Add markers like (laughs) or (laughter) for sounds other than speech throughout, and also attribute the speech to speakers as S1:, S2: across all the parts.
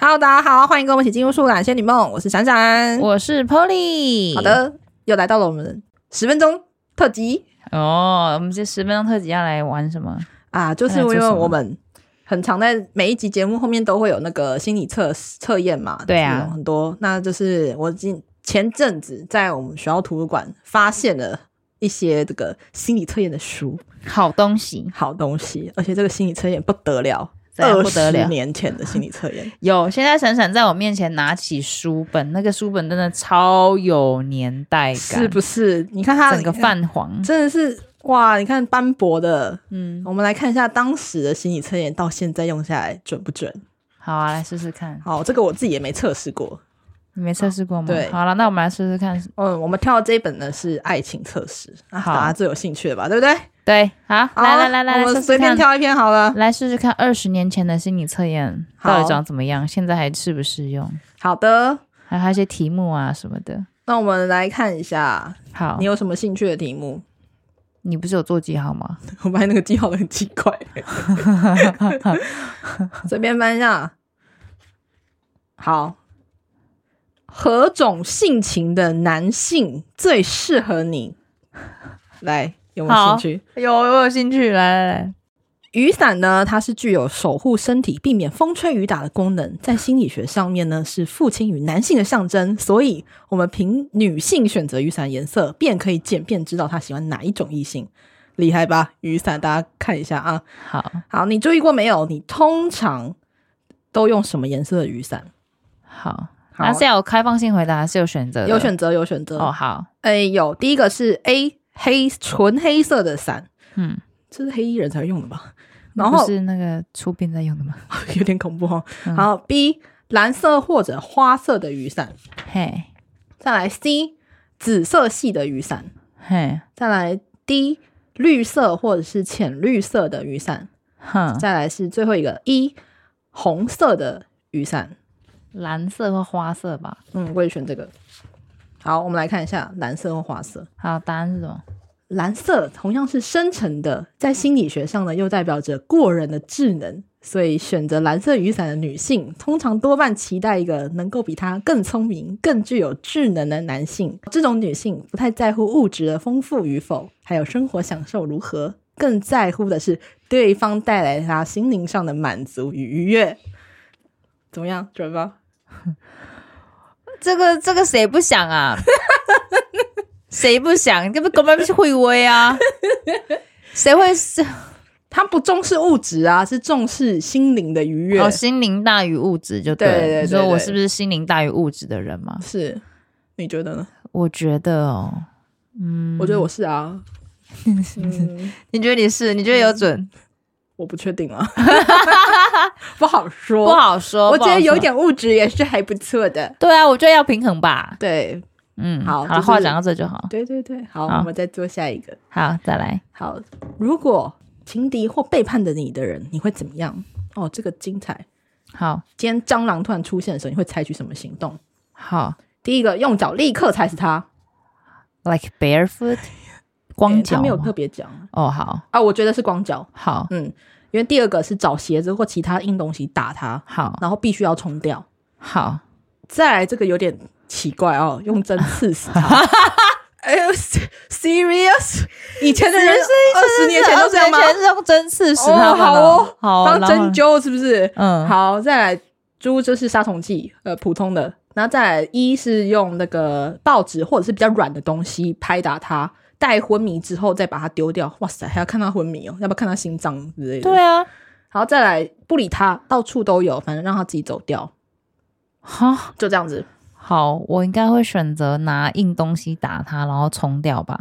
S1: Hello，大家好，欢迎跟我们一起进入《树懒仙女梦》，我是闪闪。
S2: 我是 Polly。
S1: 嗯好，的，又来到了我们十分钟特辑
S2: 哦，我们这十分钟特辑要来玩什么？
S1: 啊，就是因
S2: 哎要来做
S1: 为
S2: 什么
S1: 我们很常在每一集节目后面都会有那个心理测测验嘛，
S2: 对啊
S1: 这种很多。那就是我今前阵子在我们学校图书馆发现了一些这个心理测验的书，
S2: 好东西，
S1: 好东西，而且这个心理测验不得了，
S2: 怎样
S1: 二
S2: 不得
S1: 十
S2: 了 Oh
S1: 年前的心理测
S2: (laughs)
S1: 验。
S2: 有。现在闪闪在我面前拿起书本，那个书本真的超有年代感，
S1: 是不是？你看它
S2: 整个泛黄。
S1: 真的是哇！你看斑驳的，
S2: 嗯，
S1: 我们来看一下当时的心理测验到现在用下来准不准？
S2: 好啊，来试试看。
S1: 好，这个我自己也没测试过。
S2: 你没测试过吗？
S1: 对
S2: 好了，那我们来试试看。
S1: 嗯，我们跳的这一本呢是爱情测试，啊，
S2: 好
S1: 大家最有兴趣了吧？对不对？
S2: 对，好，
S1: 好啊
S2: 来来来来，来
S1: 我
S2: 试
S1: 们
S2: 试
S1: 随便
S2: 看。
S1: 挑一篇好了。
S2: 来试试看，二十年前的心理测验
S1: 好
S2: 到底长怎么样？现在还适不适用？
S1: 好的，
S2: 还有它一些题目啊什么的。
S1: 那我们来看一下，
S2: 好
S1: 你，有什么兴趣的题目？
S2: 你不是有做记号吗？
S1: 我发现那个记号都很奇怪，随便翻一下。啊好，何种性情的男性最适合你？来，有没有兴
S2: 好
S1: 趣？
S2: 有，我有兴趣。来来来，
S1: 雨伞呢，它是具有守护身体、避免风吹雨打的功能，在心理学上面呢，是父亲与男性的象征，所以我们凭女性选择雨伞颜色，便可以简便知道她喜欢哪一种异性，厉害吧？雨伞，大家看一下啊。
S2: 好
S1: 好，你注意过没有？你通常都用什么颜色的雨伞？
S2: 好，
S1: 好
S2: 那是要有开放性回答，还是有选择的？
S1: 有选择，有选择。
S2: 呃哦，好，
S1: 哎、有第一个是 A 黑纯黑色的伞，
S2: 嗯，
S1: 这是黑衣人才会用的吧？然后
S2: 不是那个出殡在用的吗？
S1: (laughs) 有点恐怖哦。
S2: 嗯
S1: 然后 B 蓝色或者花色的雨伞，
S2: (laughs) 嘿，
S1: 再来 C 紫色系的雨伞，
S2: 嘿，
S1: 再来 D 绿色或者是浅绿色的雨伞，
S2: 哼，
S1: 再来是最后一个 E 红色的雨伞。
S2: 蓝色或花色吧。
S1: 嗯，我也选这个。好，我们来看一下蓝色或花色。
S2: 好，答案是什么？
S1: 蓝色同样是深沉的，在心理学上呢，又代表着过人的智能。所以，选择蓝色雨伞的女性，通常多半期待一个能够比她更聪明、更具有智能的男性。这种女性不太在乎物质的丰富与否，还有生活享受如何，更在乎的是对方带来她心灵上的满足与愉悦。怎么样，准吧？
S2: 这个这个谁不想 (laughs) 啊？谁不想？这不根本就是会威啊！谁 (laughs) 会是？
S1: 她不重视物质啊，是重视心灵的愉悦。
S2: 哦，心灵大于物质就对了。
S1: 对对对
S2: 你说我
S1: 对
S2: 是不是心灵大于物质的人吗？
S1: 是，你觉得呢？
S2: 我觉得哦，嗯，
S1: 我觉得我是啊，嗯、
S2: 你觉得你是？你觉得有准？
S1: 我不确定
S2: (laughs)
S1: 啊，不好说。
S2: 不好说，
S1: 我觉
S2: 不好
S1: 得
S2: 说
S1: 有一。点物质也是还不错的。
S2: 对啊，我觉得要平衡吧。
S1: 对，
S2: 嗯，
S1: 好
S2: 好
S1: 就是
S2: 了，话讲到这就好。
S1: 对对对，好，
S2: 好
S1: 我们再做下一个。
S2: 好，再来。
S1: 好，如果情敌或背叛的你的人，你会怎么样？哦，这个精彩。
S2: 好，
S1: 今天蟑螂突然出现的时候，你会采取什么行动？
S2: 好
S1: 第一个，用脚立刻踩死它。
S2: ，like barefoot，
S1: 诶
S2: (laughs) 光
S1: 他
S2: 脚
S1: 没有
S2: 吗
S1: 特别讲
S2: 哦，好
S1: 啊，我觉得是光脚。
S2: 好
S1: 嗯，因为第二个是找鞋子或其他硬东西打它，
S2: 好
S1: 然后必须要冲掉。
S2: 好，
S1: 再来这个有点奇怪哦，用针刺死他。 (laughs) 哎呦，se-，serious！以 (laughs) 前的人二十年前都这样吗？
S2: 全是用针刺死他
S1: 哦
S2: 们
S1: 好哦
S2: 了，好
S1: 当针，
S2: 然后
S1: 灸是不是？
S2: 嗯，
S1: 好，再来猪就是杀虫剂，呃，普通的。然后再来一是用那个报纸或者是比较软的东西拍打他，带昏迷之后再把他丢掉。哇塞，还要看他昏迷哦，要不要看他心脏之类的？
S2: 对啊，
S1: 好，再来不理他，到处都有，反正让他自己走掉，
S2: 哈，
S1: 就这样子。
S2: 好，我应该会选择拿硬东西打他，然后冲掉吧。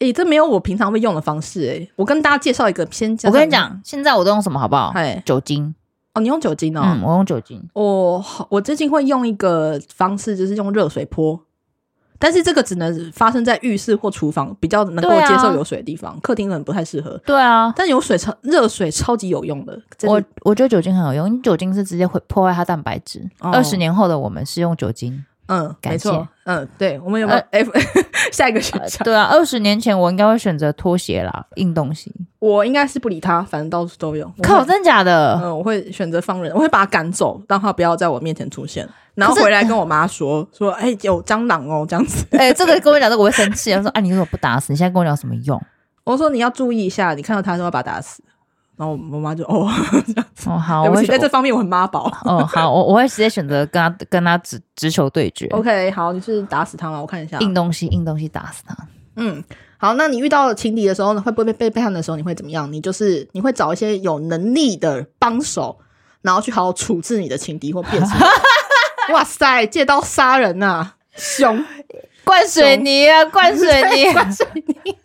S1: 诶、这没有我平常会用的方式诶、我跟大家介绍一个偏加
S2: 我
S1: 上
S2: 跟你，讲，现在我都用什么好不好？
S1: 哎，
S2: 酒精，
S1: 哦，你用酒精哦。
S2: 嗯，我用酒精。
S1: 我好我最近会用一个方式，就是用热水泼，但是这个只能发生在浴室或厨房比较能够
S2: 对啊
S1: 接受有水的地方，客厅可能不太适合。
S2: 对啊，
S1: 但有水超热水超级有用的，真的
S2: 我我觉得酒精很有用，因为酒精是直接会破坏它蛋白质。
S1: 哦
S2: 二十、年后的我们是用酒精，
S1: 嗯，
S2: 感
S1: 没错
S2: 谢，呃
S1: 嗯，对，我们有没有 F、下 (laughs) 一个选项？
S2: 对啊，二十年前我应该会选择拖鞋啦，硬东西。
S1: 我应该是不理他，反正到处都有。我会
S2: 靠，真假的？
S1: 嗯，我会选择放任，我会把他赶走，让他不要在我面前出现，然后
S2: 可是
S1: 回来跟我妈说说，哎、有蟑螂哦，这样子。 (laughs)
S2: 哎、这个跟我讲，这个我会生气。他说：“啊，你怎么不打死？你现在跟我讲什么用？”
S1: 我说你要注意一下，你看到他都要把他打死。然后我妈就哦，
S2: 哦，
S1: (laughs)
S2: 好，
S1: 对
S2: 我
S1: 不
S2: 会
S1: 起，在
S2: 选
S1: 这方面我很妈宝。
S2: 哦，好，我我会直接选择跟他跟他直直球对决
S1: OK，好，你是打死他吗？我看一下。
S2: 硬东西，硬东西打死他。
S1: 嗯，好，那你遇到情敌的时候呢，会不会被背叛的时候，你会怎么样？你就是你会找一些有能力的帮手，然后去好好处置你的情敌或
S2: (laughs)
S1: 变成。哇塞，借刀杀人呐、啊，凶！
S2: 灌水泥啊， (laughs) 灌水
S1: (laughs)
S2: 泥！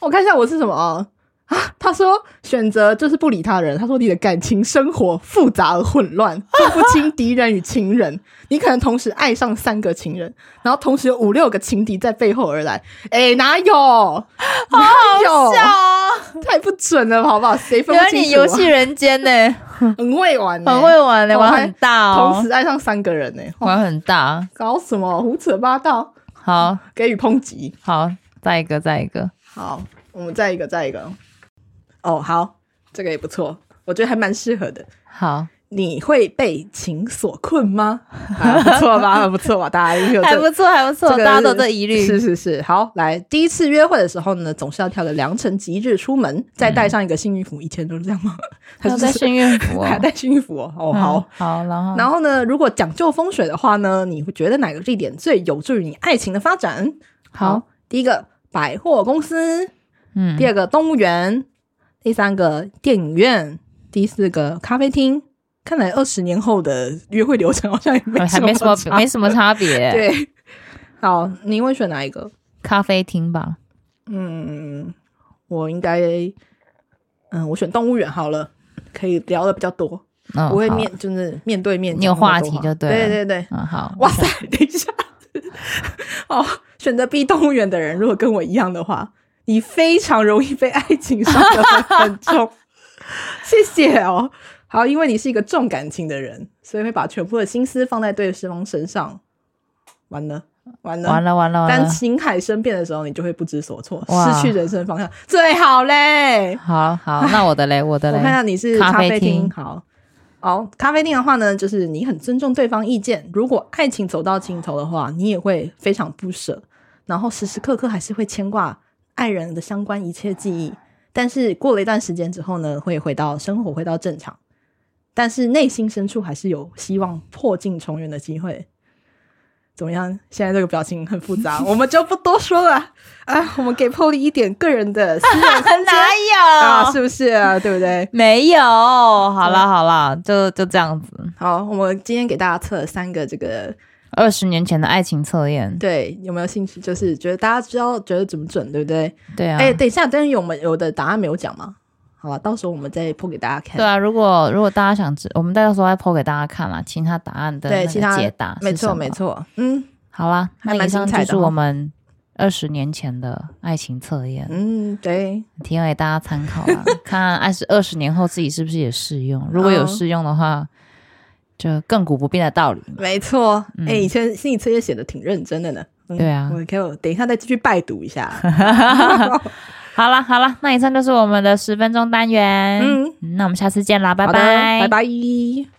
S1: 我看一下我是什么啊？啊 (laughs) 他说选择就是不理他人。他说你的感情生活复杂而混
S2: (laughs)
S1: 乱，分不清敌人与情人。你可能同时爱上三个情人，然后同时有五六个情敌在背后而来。哎、哪有？哪有？
S2: 笑啊！
S1: 太不准了，好不好？谁分
S2: 原
S1: 不清
S2: 来
S1: 楚、啊？
S2: 你游戏人间呢、
S1: (laughs) 很会玩、欸，
S2: 很会玩呢、
S1: 我
S2: 玩
S1: 还
S2: 很大
S1: 同
S2: 哦，
S1: 时爱上三个人呢、欸，
S2: 玩很大。啊
S1: 搞什么胡扯八道？
S2: 好
S1: 给予抨击。
S2: 好，再一个，再一个。
S1: 好，我们再一个，再一个。哦，好，这个也不错，我觉得还蛮适合的。
S2: 好，
S1: 你会被情所困吗？啊、不错吧， (laughs) 很不错吧，大家一定有
S2: 还
S1: 这
S2: 不错，还不错，
S1: 这个
S2: 大家都有这疑虑。
S1: 是是是，好，来第一次约会的时候呢，总是要挑个良辰吉日出门，再带上一个幸运符。以前都是这样吗？
S2: 还有在
S1: 是
S2: 幸运符、哦，
S1: 还带幸运符哦？哦，
S2: 嗯
S1: 好，
S2: 好，然后
S1: 然后呢，如果讲究风水的话呢，你会觉得哪个地点最有助于你爱情的发展？
S2: 好，
S1: 第一个百货公司，
S2: 嗯
S1: 第，二个动物园，第三个电影院，第四个咖啡厅。看来二十年后的约会流程好像也
S2: (laughs)
S1: 没
S2: 哦还没什么
S1: 差
S2: 没什么差别。
S1: (laughs) 对。好，你会选哪一个？
S2: 咖啡厅吧，
S1: 嗯，我应该，嗯，我选动物园好了，可以聊的比较多，
S2: 嗯，
S1: 不会
S2: 好。
S1: 面就是面对面
S2: 你有
S1: 讲那么
S2: 话
S1: 多
S2: 题就对
S1: 对
S2: 了
S1: 对对，
S2: 嗯，好，
S1: 哇塞，等一下，哦，选择 B 动物园的人，如果跟我一样的话，你非常容易被爱情伤得很重。 (laughs) 谢谢哦，好，因为你是一个重感情的人，所以会把全部的心思放在对方身上。完了，完了，
S2: 完了完了完
S1: 当
S2: 了，
S1: 情海生变的时候，你就会不知所措，
S2: 哇
S1: 失去人生方向。最好嘞，
S2: 好好，那我的嘞，我
S1: (laughs)
S2: 的
S1: 我看
S2: 嘞，
S1: 到你是
S2: 咖
S1: 咖
S2: 啡
S1: 啡
S2: 厅
S1: 厅，好。好，咖啡厅的话呢，就是你很尊重对方意见。如果爱情走到尽头的话，你也会非常不舍，然后时时刻刻还是会牵挂爱人的相关一切记忆。但是过了一段时间之后呢，会回到生活，回到正常。但是内心深处还是有希望破镜重圆的机会。怎么样？现在这个表情很复 (laughs) 杂，我们就不多说了。啊，我们给 Polly 一点个人的私人空间。
S2: (laughs)
S1: (laughs)
S2: 哪
S1: 啊，是不嗯是啊？对不对？
S2: 没有，好啦好啦，就就这样子。
S1: 好，我们今天给大家测了三个这个，
S2: 二十年前的爱情测验，
S1: 对，有没有兴趣？就是觉得大家知道觉得准不准，对不对？
S2: 对啊，
S1: 哎、等一下，但是有没有的答案没有讲吗？好吧，到时候我们再播给大家看。
S2: 对啊。如果如果大家想知，我们到时候再抛给大家看啦，其他答案的
S1: 对
S2: 那个
S1: 其他
S2: 解答，
S1: 没错，没。错。嗯
S2: 好啦，
S1: 还
S2: 那
S1: 蛮
S2: 以上
S1: 精彩的
S2: 就是
S1: 哦
S2: 我们二十年前的爱情测验，
S1: 嗯，对，
S2: 提供给大家参考
S1: (laughs)
S2: 啦，看二十二十年后自己是不是也适用。如果有
S1: 哦
S2: 适用的话，就亘古不变的道理嘛。
S1: 没错。哎、
S2: 嗯
S1: 以前心理测验写的挺认真的呢。嗯
S2: 对啊
S1: 我给我等一下再继续拜读一下。
S2: (laughs)
S1: 嗯
S2: 好了好了，那以上就是我们的十分钟单元。
S1: 嗯，
S2: 那我们下次见啦，拜
S1: 好的
S2: 拜，
S1: 拜拜。